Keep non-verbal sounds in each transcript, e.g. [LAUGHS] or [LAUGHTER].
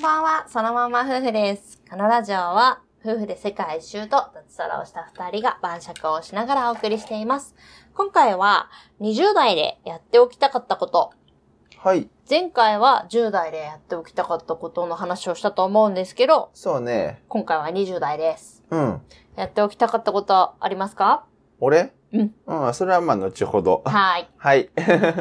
こんばんは、そのまんま夫婦です。このラジオは、夫婦で世界一周と脱サラをした二人が晩酌をしながらお送りしています。今回は、20代でやっておきたかったこと。はい。前回は10代でやっておきたかったことの話をしたと思うんですけど、そうね。今回は20代です。うん。やっておきたかったことありますか俺うん。うん、それはまあ、後ほど。はい。はい。 [LAUGHS]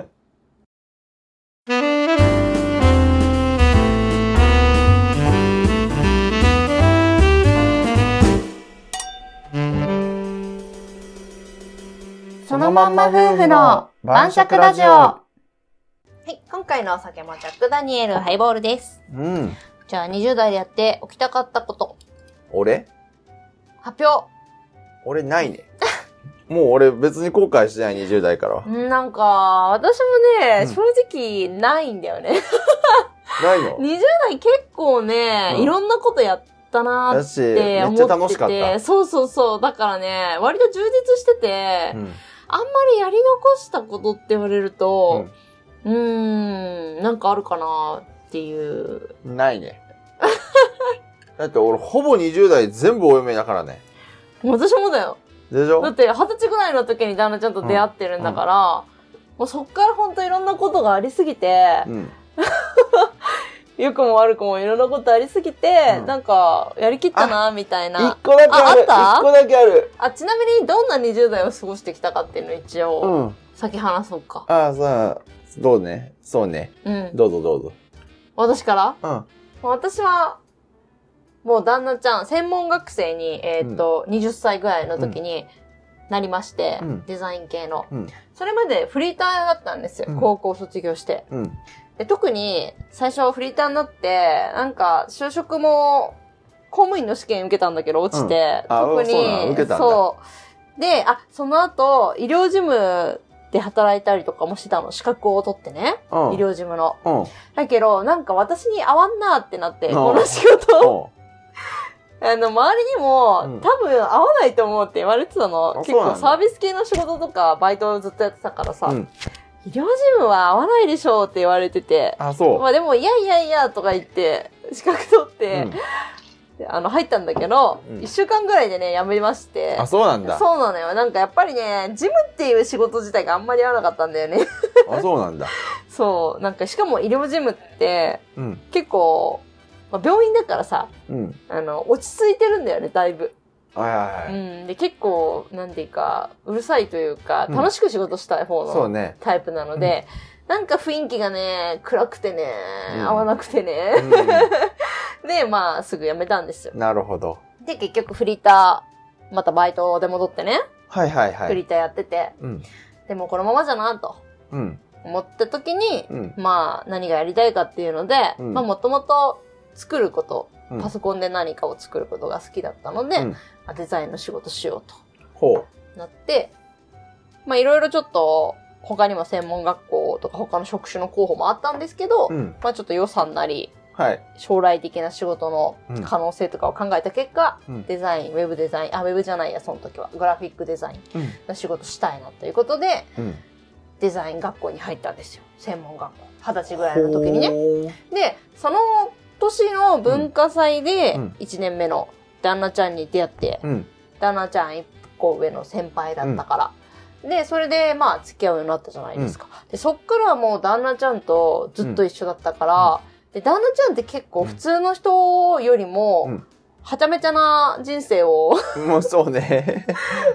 そのまんま夫婦の晩酌ラジオ。はい、今回のお酒もジャックダニエルハイボールです。うん。じゃあ20代でやっておきたかったこと、俺発表。俺な [LAUGHS] いね。もう俺別に後悔してない、20代からは。なんか、私もね、うん正直ないんだよね。 [LAUGHS] ないの。 20代結構ね、うんいろんなことやったなだっし、てめっ思ちゃっ楽て、しかってそうそうそう。だからね、割と充実してて、た。うん。あんまりやり残したことって言われると、うーん、なんかあるかなっていう。ないね。 [LAUGHS] だって俺ほぼ20代全部お嫁だからね。もう私もだよ。でしょだって二十歳ぐらいの時に旦那ちゃんと出会ってるんだから、もうそっからほんといろんなことがありすぎて、うん。良くも悪くもいろんなことありすぎて、うんなんかやりきったなみたい一な個だけある。ああった一個だけある。あちなみにどんな20代を過ごしてきたかっていうのを一う応、ん。先話そうかああ、さあ、どうね。そうね。うんどうぞどうぞ。私からうん。私はもう旦那ちゃん専門学生にえーっと、20歳ぐらいの時になりまして、うんデザイン系の、うんそれまでフリーターだったんですよ、うん高校卒業してうん。で特に最初フリーターになってなんか就職も公務員の試験受けたんだけど落ちて、うんあ特にそうなの受けたんだそうであその後医療事務で働いたりとかもしてたの資格を取ってね、うん。医療事務のうん。だけどなんか私に合わんなってなって、うんこの仕事うんあの周りにも、うん多分合わないと思うって言われてたのあ結そうなん構だサービス系の仕事とかバイトをずっとやってたからさ、うん医療事務は合わないでしょうって言われててあ、そう。まあでも、いやいやいやとか言って、資格取って、あの、入ったんだけど、うん一週間ぐらいでね、辞めましてうん、。あ、そうなんだ。そうなのよ。なんかやっぱりね、ジムっていう仕事自体があんまり合わなかったんだよね。 [LAUGHS] あ、そうなんだ。そう。なんか、しかも医療ジムって、うん。結構、まあ、病院だからさ、うん。あの、落ち着いてるんだよね、だいぶ。はいはいはうい。ん。で、結構、なんていうか、うるさいというか、うん楽しく仕事したい方のそ [LAUGHS] うね。タイプなので、なんか雰囲気がね、暗くてね、うん合わなくてね、で、まあ、すぐ辞めたんですよう。んなるほど。で、結局フリーター、またバイトで戻ってね、はいはいはフい。リーターやってて、うん。でもこのままじゃなとうん。思った時に、うん。まあ、何がやりたいかっていうので、うんまあ、もともと作ること、うんパソコンで何かを作ることが好きだったので、うんまあデザインの仕事しようほとなって、まあ、いろいろちょっと、他にも専門学校とか他の職種の候補もあったんですけど、う。うん。まあちょっと予算なり、はい。将来的な仕事の可能性とかを考えた結果、うんデザイン、ウェブデザイン、あ、ウェブじゃないや、その時は、グラフィックデザインうん。の仕事したいなということで、うん。デザイン学校に入ったんですよ。専門学校。二十歳ぐらいの時にね。ね。で、その年の文化祭でうんうん、 1年目の旦那ちゃんに出会って、うん。旦那ちゃん一個上の先輩だったから。で、それで、まあ、付き合うようになったじゃないですか。で、そっからはもう旦那ちゃんとずっと一緒だったから、で、旦那ちゃんって結構普通の人よりも、うんはちゃめちゃな人生をもうそ [LAUGHS] うね。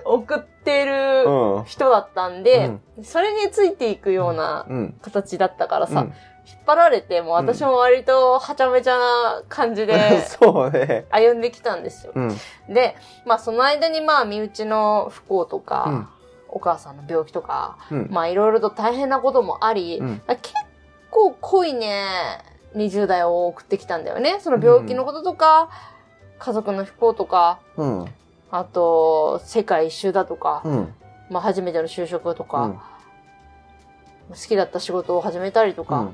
送ってうるん。人だったんで、それについていくようなうん。形だったからさ、うん引っ張られて、もう私も割とはちゃめちゃな感じで [LAUGHS] そうね。歩んできたんですよ。うん。で、まあその間にまあ身内の不幸とか、うんお母さんの病気とか、うん。まあいろいろと大変なこともあり、うんだから結構濃いね、20代を送ってきたんだよね。その病気のこととか、家族の不幸とか、うん。あと、世界一周だとか、うん。まあ初めての就職とうんか、好きだった仕事を始めたりとか、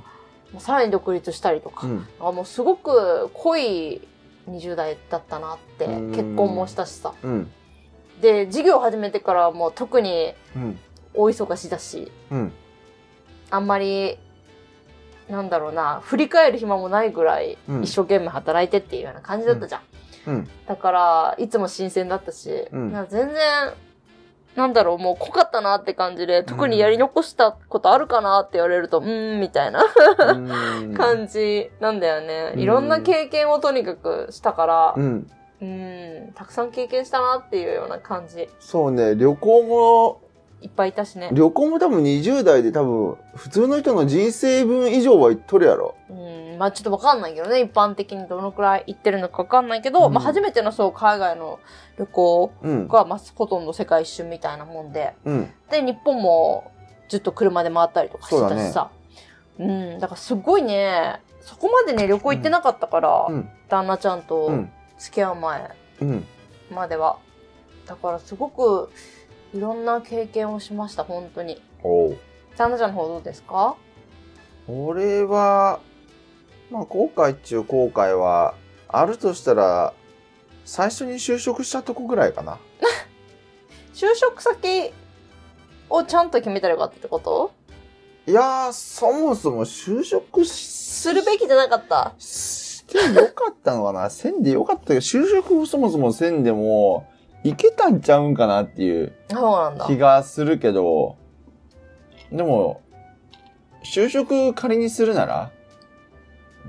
もうさらに独立したりとか、うん。あもうすごく濃い20代だったなって、うん結婚もしたしさ。うん。で、事業始めてからはもう特にうん。大忙しだし、うん。あんまりなんだろうな、振り返る暇もないぐらいうん一生懸命働いてっていうような感じだったじゃん。うんだから、いつも新鮮だったし、うんなんか全然、なんだろう、もう濃かったなって感じで、特にやり残したことあるかなって言われると、うーん、みたいなう [LAUGHS] ん感じなんだよね。うんいろんな経験をとにかくしたから、うんうーん、たくさん経験したなっていうような感じ。そうね旅行もいっぱいいたしね。旅行も多分20代で多分普通の人の人生分以上は行っとるやろうん、まあちょっとわかんないけどね、一般的にどのくらい行ってるのかわかんないけど、うんまあ初めてのそう、海外の旅行うんが、まあほとんど世界一周みたいなもんで、うんで、日本もずっと車で回ったりとかしてそうだたねしさ。うん、だからすごいね、そこまでね、旅行行ってなかったから、うんうん旦那ちゃんうとん付き合う前うんまでは。だからすごくいろんな経験をしました、本当に。おう旦那ちゃんの方どうですか俺はまあ後悔っちゅう後悔はあるとしたら最初に就職したとこぐらいかな就職先をちゃんと決めたらよかったってこといやーそもそも就職しするべきじゃなかった。してよかったのかなせんでよかったけど就職をそもそもせんでもいけたんちゃうんかなっていうそうなんだ。気がするけどでも就職仮にするなら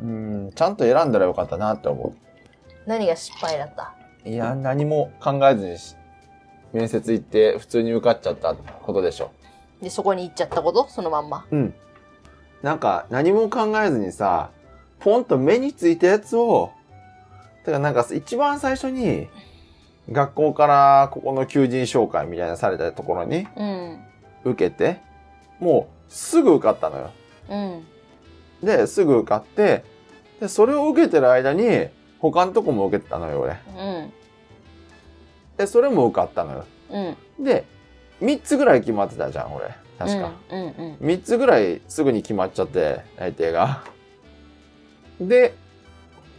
うんちゃんと選んだらよかったなって思う何が失敗だったいや、何も考えずにし面接行って普通に受かっちゃったことでしょ。で、そこに行っちゃったことそのまんま。うん。なんか、何も考えずにさ、ポンと目についたやつを、だからなんか一番最初に、学校からここの求人紹介みたいなされたところにうん。受けて、もうすぐ受かったのよ。うん。で、すぐ受かって、で、それを受けてる間に、他のとこも受けてたのよ、俺。うん。で、それも受かったのよ。うん。で、3つぐらい決まってたじゃん、俺。確か。。うん。うん。 3つぐらいすぐに決まっちゃって、内定が。で、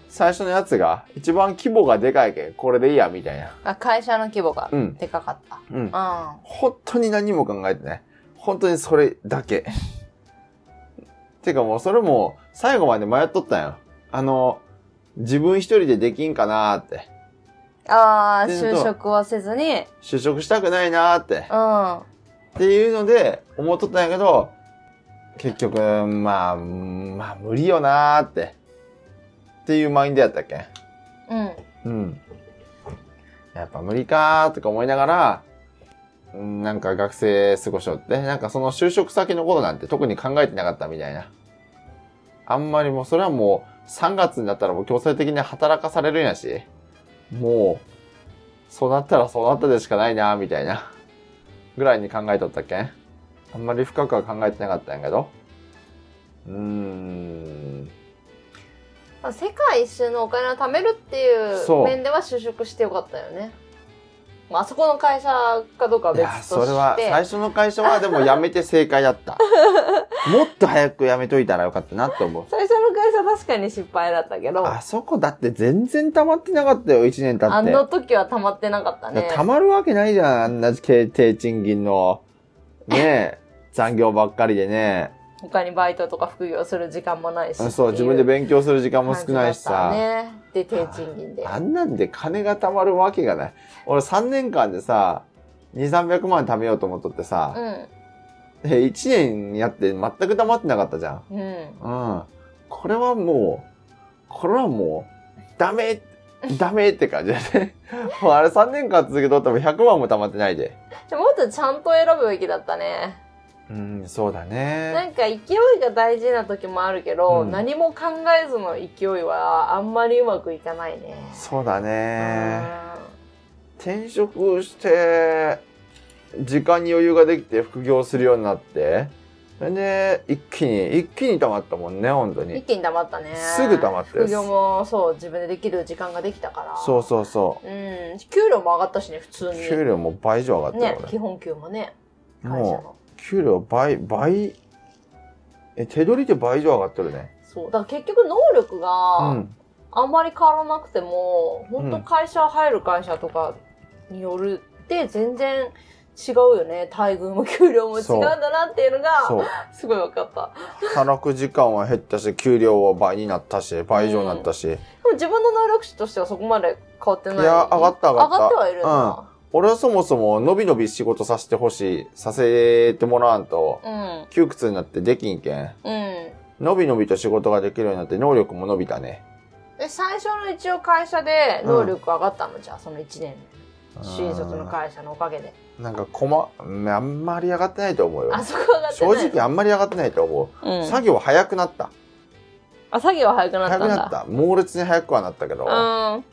最初のやつが、一番規模がでかいけん、これでいいや、みたいな。あ、会社の規模がうん。でかかった。うん。あ本当に何も考えてね。本当にそれだけ。てかもうそれも、最後まで迷っとったんよ。あの、自分一人でできんかなーって。あ。ああ、でそう就職はせずに、就職したくないなーって。うん。っていうので、思っとったんやけど、結局、まあ、うんまあ、無理よなーって。っていうマインドやったっけうん。うん。やっぱ無理かーとか思いながら、うんなんか学生過ごしよって、なんかその就職先のことなんて特に考えてなかったみたいな。あんまりもう、それはもう3月になったらもう強制的に働かされるんやし、もう、そうなったらそうなったでしかないなーみたいな、ぐらいに考えとったっけんあんまり深くは考えてなかったんやけど。うーん。まあ世界一周のお金を貯めるっていそうう面では就職してよかったよね。まあ、あそこの会社かどうかはいや別そとれはし最て。初の会社はでも辞めて正解だった [LAUGHS] もっと早く辞めといたらよかったなって思う最初の会社確かに失敗だったけど、あそこだって全然溜まってなかったよ1年経あっての時は溜まってなかったね。溜まるわけないじゃんあんな低低賃金の [LAUGHS] ねえ残業ばっかりでね他にバイトとか副業する時間もないしっていそう自分で勉強する時間も少ないしさ、感じだったね、で低賃金であんなんで金が貯まるわけがない俺3年間でさ2300万貯めようと思っとってさ、で1年やって全く貯まってなかったじゃんうんうんうん。これはもう、これはもう、ダメ、 [LAUGHS] ダメって感じだね。 [LAUGHS] もうあれ3年間続けとっても100万も貯まってないで。でももっとちゃんと選ぶべきだったねうん、そうだなね。んか勢いが大事な時もあるけど、うん何も考えずの勢いはあんまりうまくいかないねそうだね。う転職して、時間に余裕ができて副業するようになって、それで、一気に、一気に溜まったもんね、本当ん一に。気に溜まったねすぐ溜まったよ副業もそう自分でできる時間ができたから、そうそうそうん、給料も上がったしね普通う。に給料も倍以上上がったねよ、基本給もね会俺。社ものう、給料倍、倍、え、手取りで倍以上上がってるね。そうだから結局能力が、うん。あんまり変わらなくても、本当会社入る会社とかによるって全然違うよね待遇も給料も違うんだなっていうのがそう。すごい分かった働く時間は減ったし、給料は倍になったし、倍以上になったし。でも自分の能力値としてはそこまで変わってないいや上がった上がった上がってはいるんだ俺はそもそも、のびのび仕事させてほしい、させてもらわんと、うん窮屈になってできんけん。うんのびのびと仕事ができるようになって、能力も伸びたね。で最初の一応会社で能力上がったの、じゃあその1年新卒の会社のおかげでうんなんか、こま、うんあんまり上がってないと思うよあ。そこ上がって正ない直あんまり上がってないと思直、う。うん、作業早くなった。あ作業は早くなった早んだくなった。猛烈に早くはなったけど。うん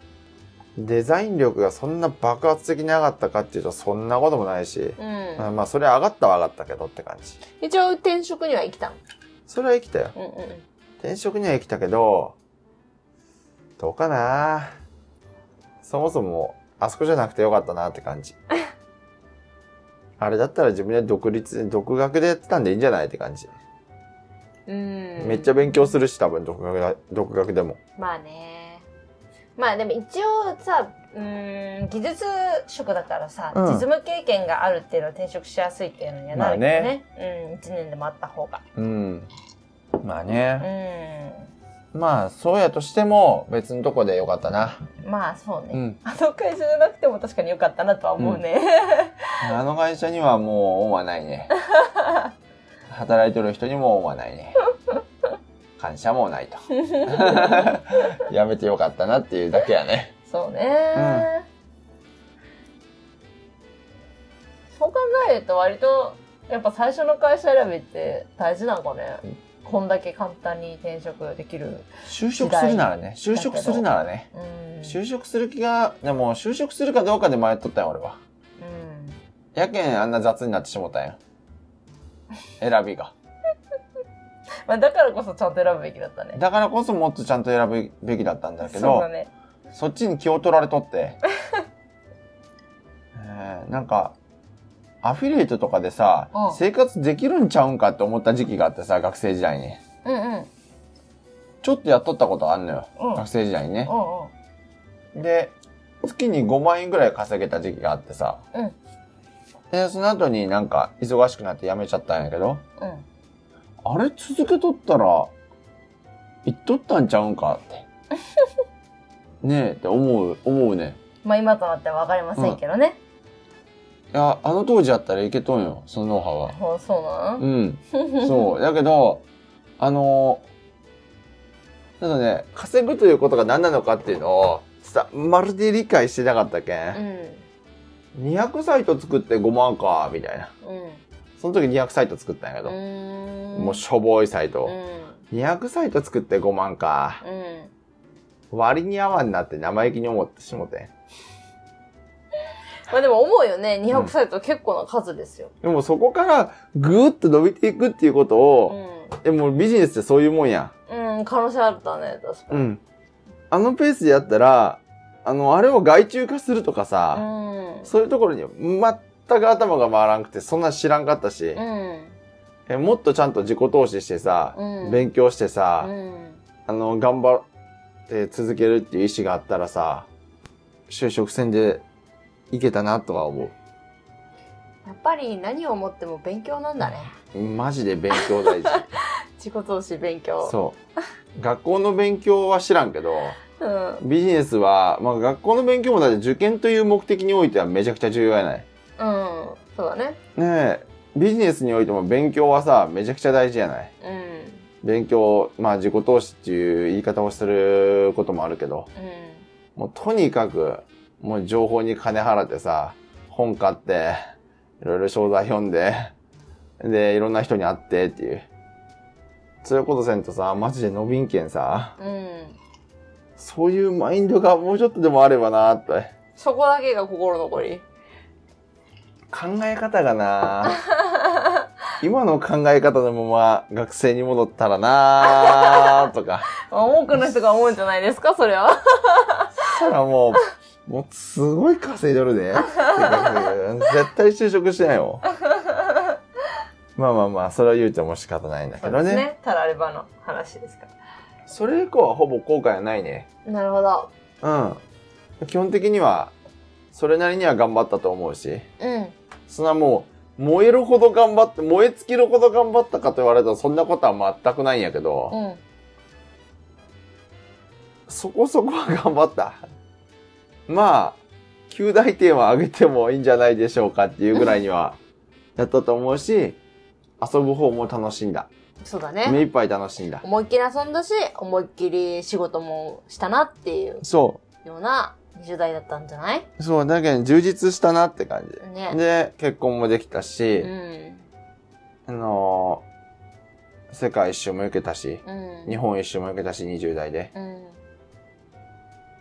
デザイン力がそんな爆発的に上がったかっていうとそんなこともないし、うんまあそれ上がったは上がったけどって感じ一応転職には生きたの。それは生きたようんうん。転職には生きたけどどうかなそもそもあそこじゃなくてよかったなって感じあれだったら自分で独立独学でやってたんでいいんじゃないって感じ、うん、めっちゃ勉強するし多分独学だ独学でもまあねまあでも一応さうーん技術職だからさ、うん実務経験があるっていうのは転職しやすいっていうのにはなるけどね,、うん1年でもあった方がうんまあうね、んまあそうやとしても別のとこでよかったなまあそうね、うんあの会社じゃなくても確かに良かったなとは思うね、あの会社にはもう恩はないね。働いてる人にも恩はないね。感謝もないと。やめてよかったなっていうだけやね。 [LAUGHS] そうね、そう考えると割とやっぱ最初の会社選びって大事なのかね、こんだけ簡単に転職できる就職するならね。就職するならね。うん就職する気が、でも就職するかどうかで迷っとったよ、俺は。うんやけんあんな雑になってしもたんや。選びが。まあ、だからこそちゃんと選ぶべきだったねだからこそもっとちゃんと選ぶべきだったんだけそうどだ、ねそっちに気を取られとって。 [LAUGHS] えーなんか、アフィリエイトとかでさ、うん生活できるんちゃうんかって思った時期があってさ、学生時代に。うんうんうんちょっとやっとったことあんのよ。うん学生時代にね。うんで、月に5万円ぐらい稼げた時期があってさ。うんで、その後になんか忙しくなって辞めちゃったんやけど、うんあれ続けとったら、行っとったんちゃうんか [LAUGHS] って。ねえって思う、思うね。まあ今となっては分かりませんけどね、いや、あの当時やったらいけとんよ、そのノウハウは。ほうそうなうんん。そう。 [LAUGHS] だけど、あのー、なのね、稼ぐということが何なのかっていうのを、さ、まるで理解してなかったけ。うんん200サイト作って5万か、みたいな。うんその時200サイト作ったんやけうど、ーんもうしょぼいサイうト。ん200サイト作って5万か。うん割に合わんなって生意気に思ってしもて。まあでも思うよねうん200サイト結構な数ですよ、でもそこからぐーっと伸びていくっていうことうを、んえ、もうビジネスってそういうもんやん。うん、可能性あったね、確かうに。ん。あのペースでやったら、あの、あれを外注化するとかうさ、ん。そういうところに全く頭が回らなくて、そんなん知らんかったし、うん。えもっとちゃんと自己投資してさ、うん勉強してうさ、ん。あの、頑張って続けるっていう意思があったらさ、就職戦でいけたなとは思やっぱり何を思っても勉強なんだね。う。マジで勉強大 [LAUGHS] 事。自己投資勉強。そう。学校の勉強は知らんけど、う。ん。ビジネスは、まあ学校の勉強もだって受験という目的においてはめちゃくちゃ重要やない。うん。そうだね。ねえビジネスにおいても勉強はさめちゃくちゃ大事じゃないうん。勉強まあ自己投資っていう言い方をすることもあるけどうん。もうとにかくもう情報に金払ってさ本買っていろいろ商材読んででいろんな人に会ってっていうそういうことせんとさマジで伸びんけんさうん。そういうマインドがもうちょっとでもあればなってそこだけが心残り。考え方が [LAUGHS] な今の考え方でもまあ学生に戻ったら [LAUGHS] なとか多くの人が思うんじゃないですか、それは。そしたらもうもうすごい稼いどる [LAUGHS] でって感じで絶対就職しないよまあまあまあそれは言うても仕方ないんだけどねそ。たらればの話ですかれ以降はほぼ後悔はないねら。なるほど。うん基本的にはそれなりには頑張ったと思うし、うん。そんなもう、燃えるほど頑張って、燃え尽きるほど頑張ったかと言われたらそんなことは全くないんやけど、うん。そこそこは頑張った。まあ、9大点は上げてもいいんじゃないでしょうかっていうぐらいには、 [LAUGHS] やったと思うし、遊ぶ方も楽しんだ。そうだ目ね。いっぱい楽しんだ。思いっきり遊んだし、思いっきり仕事もしたなっていうそ。ような20代だったんじゃないうそう、だけど充実したなって感じ。ね。で、結婚もできたし、うん。あのー世界一周も行けたし、うん。日本一周も行けたし、20代で。うん。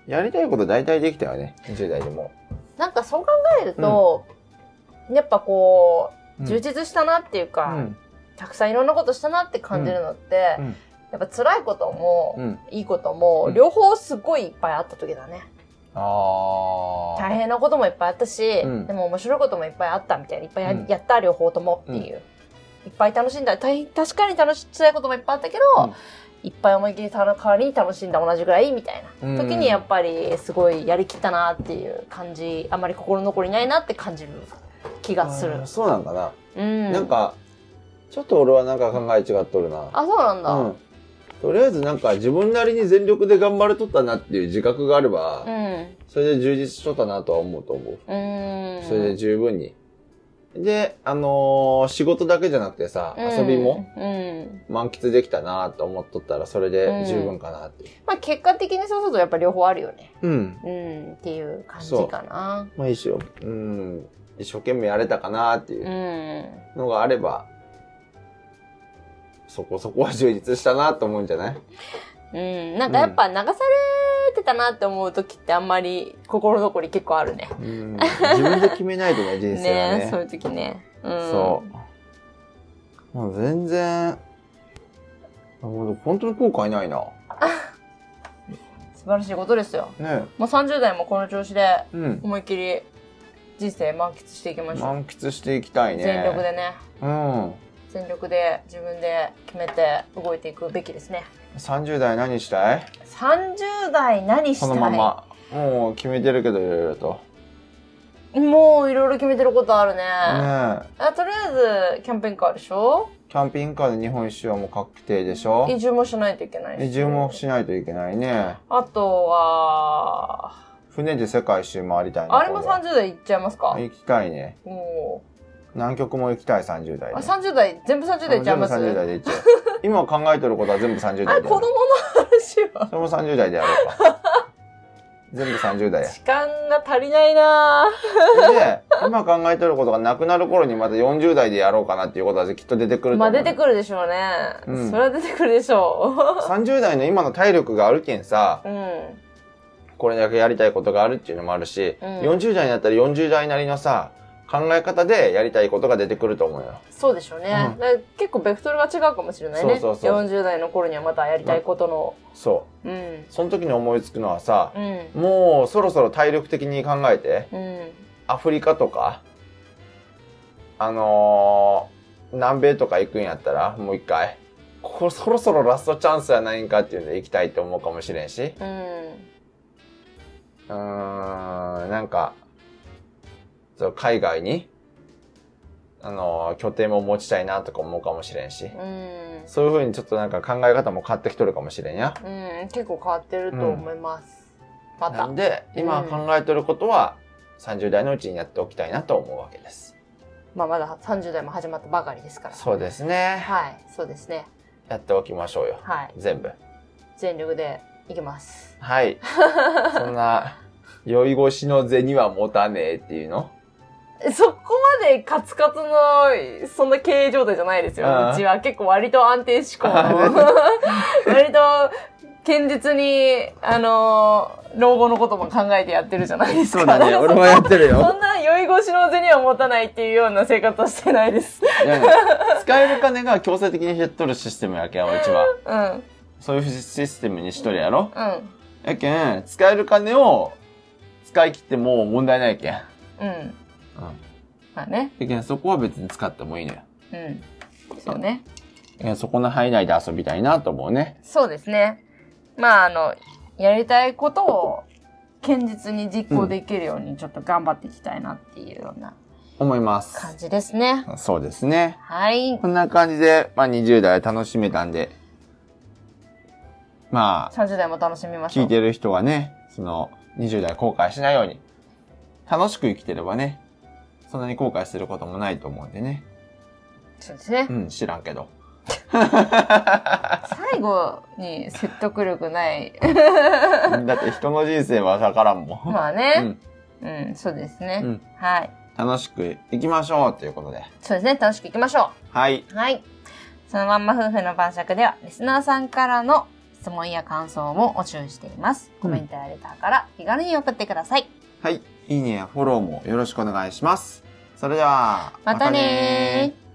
やりたいこと大体できたよね、20代でも。なんかそう考えると、やっぱこう、充実したなっていううか、ん。たくさんいろんなことしたなって感じるのって、うんうんやっぱ辛いことも、うん。いいことも、うん両方すごいいっぱいあった時だね。ああ。大変なこともいっぱいあったし、うんでも面白いこともいっぱいあったみたいな、いっぱいや,、うんった両方ともっていう。いっぱい楽しんだ大変確かに楽し辛いこともいっぱいあったけど、うんいっぱい思い切りたの代わりに楽しんだ同じぐらいみたいな、うん時にやっぱりすごいやりきったなっていう感じあまり心残りないなって感じる気がするあー、そうなんかな。うん、なんか、ちょっと俺はなんか考え違っとるな。あそうなんだ、うん。とりあえずなんか自分なりに全力で頑張れとったなっていう自覚があれば、うん。それで充実しとったなとは思うと思う。うん。それで十分に。で、あのー仕事だけじゃなくてさ、遊びもうん。満喫できたなと思っとったら、それで十分かなっていう。まあ結果的にそうするとやっぱ両方あるよね。うんうん。っていう感じそうかな。。まあ一生、うん、一生懸命やれたかなっていううんのがあれば、そこそこは充実したなと思うんじゃないうん。なんかやっぱ流されてたなって思う時ってあんまり心残り結構あるね。うん、自分で決めないとね、人生はね。そういう時ね。うん。そう。もう全然、あもう本当に後悔ないな。素晴らしいことですよ。ねもう30代もこの調子でうん。思いっきり人生満喫していきましょう。満喫していきたいね。全力でね。うん。全力で自分で決めて動いていくべきですね。 30代何したい30代何したそいのまま。もう決めてるけど、いろいろと。もういろいろ決めてることあるね。ねえあとりあえずキャンペーンカーでしょキャンピングカーで日本一周はもう確定でしょ移住もしないといけないし。移住もしないといけないね。あとは、船で世界一周回りたいね。あれも今30代いっちゃいますか、度行きたいね。も南極も行きたい30代う。で。あ、30代、全部30代いっちゃいます全部30代で [LAUGHS] 行っちゃう。今考えてることは全部30代であやれる。子供の話はそれも30代でやろう [LAUGHS] か。全部30代や。時間が足りないなで、今考えてることがなくなる頃にまた40代でやろうかなっていうことはきっと出てくると思ぁう。まあ出てくるでしょうね。うんそれは出てくるでしょ30代の今の体力があるけんさ、う。うん。これだけやりたいことがあるっていうのもあるし、うん40代になったら40代なりのさ、考え方でやりたいことが出てくると思うよ。そうでしょうね。うんだから結構ベクトルが違うかもしれないね。そうそうそう40代の頃にはまたやりたいことの。そうんう。。その時に思いつくのはさ、うん。もうそろそろ体力的に考えて、うん。アフリカとか、あのー南米とか行くんやったら、もう一回、ここそろそろラストチャンスやないんかっていうので行きたいって思うかもしれんし、うん。うーん、なんか、そう海外に、あのー拠点も持ちたいなとか思うかもしれんし、うん。そういうふうにちょっとなんか考え方も変わってきとるかもしれんや。うん、結構変わってると思います。まなたん。で、今考えてることは、30代のうちにやっておきたいなと思うわけです。まあ、まだ30代も始まったばかりですから。そうですね。はい、そうですね。やっておきましょうよ。はい、全部。全力でいきます。はい。そんな、酔い越しの銭は持たねえっていうのそこまでカツカツの、そんな経営状態じゃないですよ。ああうちは結構割と安定志向のああね。 [LAUGHS] 割と、堅実に、あの老後のことも考えてやってるじゃないですか。[LAUGHS] [LAUGHS] だからそんなやってるそ。んな酔い越しの銭は持たないっていうような生活はしてないです。使える金が強制的に減っとるシステムやけん、うちは。うん、そういうシステムにしとるやろうん、やけん、使える金を使い切っても問題ないけん。うん。うん。まあね。やけん、そこは別に使ってもいいのよ。うん。そうね。やけんそこの範囲内で遊びたいなと思うね。そうですね。まあ、あの、やりたいことを堅実に実行できるようにちょっと頑張っていきたいなっていうような思います。感じですね。そうですね。はい。こんな感じで、まあ20代楽しめたんで、まあ、 30代も楽しみましょ聞う。いてる人はね、その20代後悔しないように、楽しく生きてればね、そんなに後悔することもないと思うんでね。そうですねう。ん、知らんけど。 [LAUGHS] 最後に説得力 [LAUGHS] ない。だって人の人生は逆らんもん。まあうね。ん、うん、そうですね、うんはい。楽しくいきましょうということで。そうですね。楽しくいきましょう。はい。はい。そのまんま夫婦の晩酌では、リスナーさんからの質問や感想も募集しています。コメントやレターから気軽に送ってください。はい。いいねやフォローもよろしくお願いします。それでは、またねーー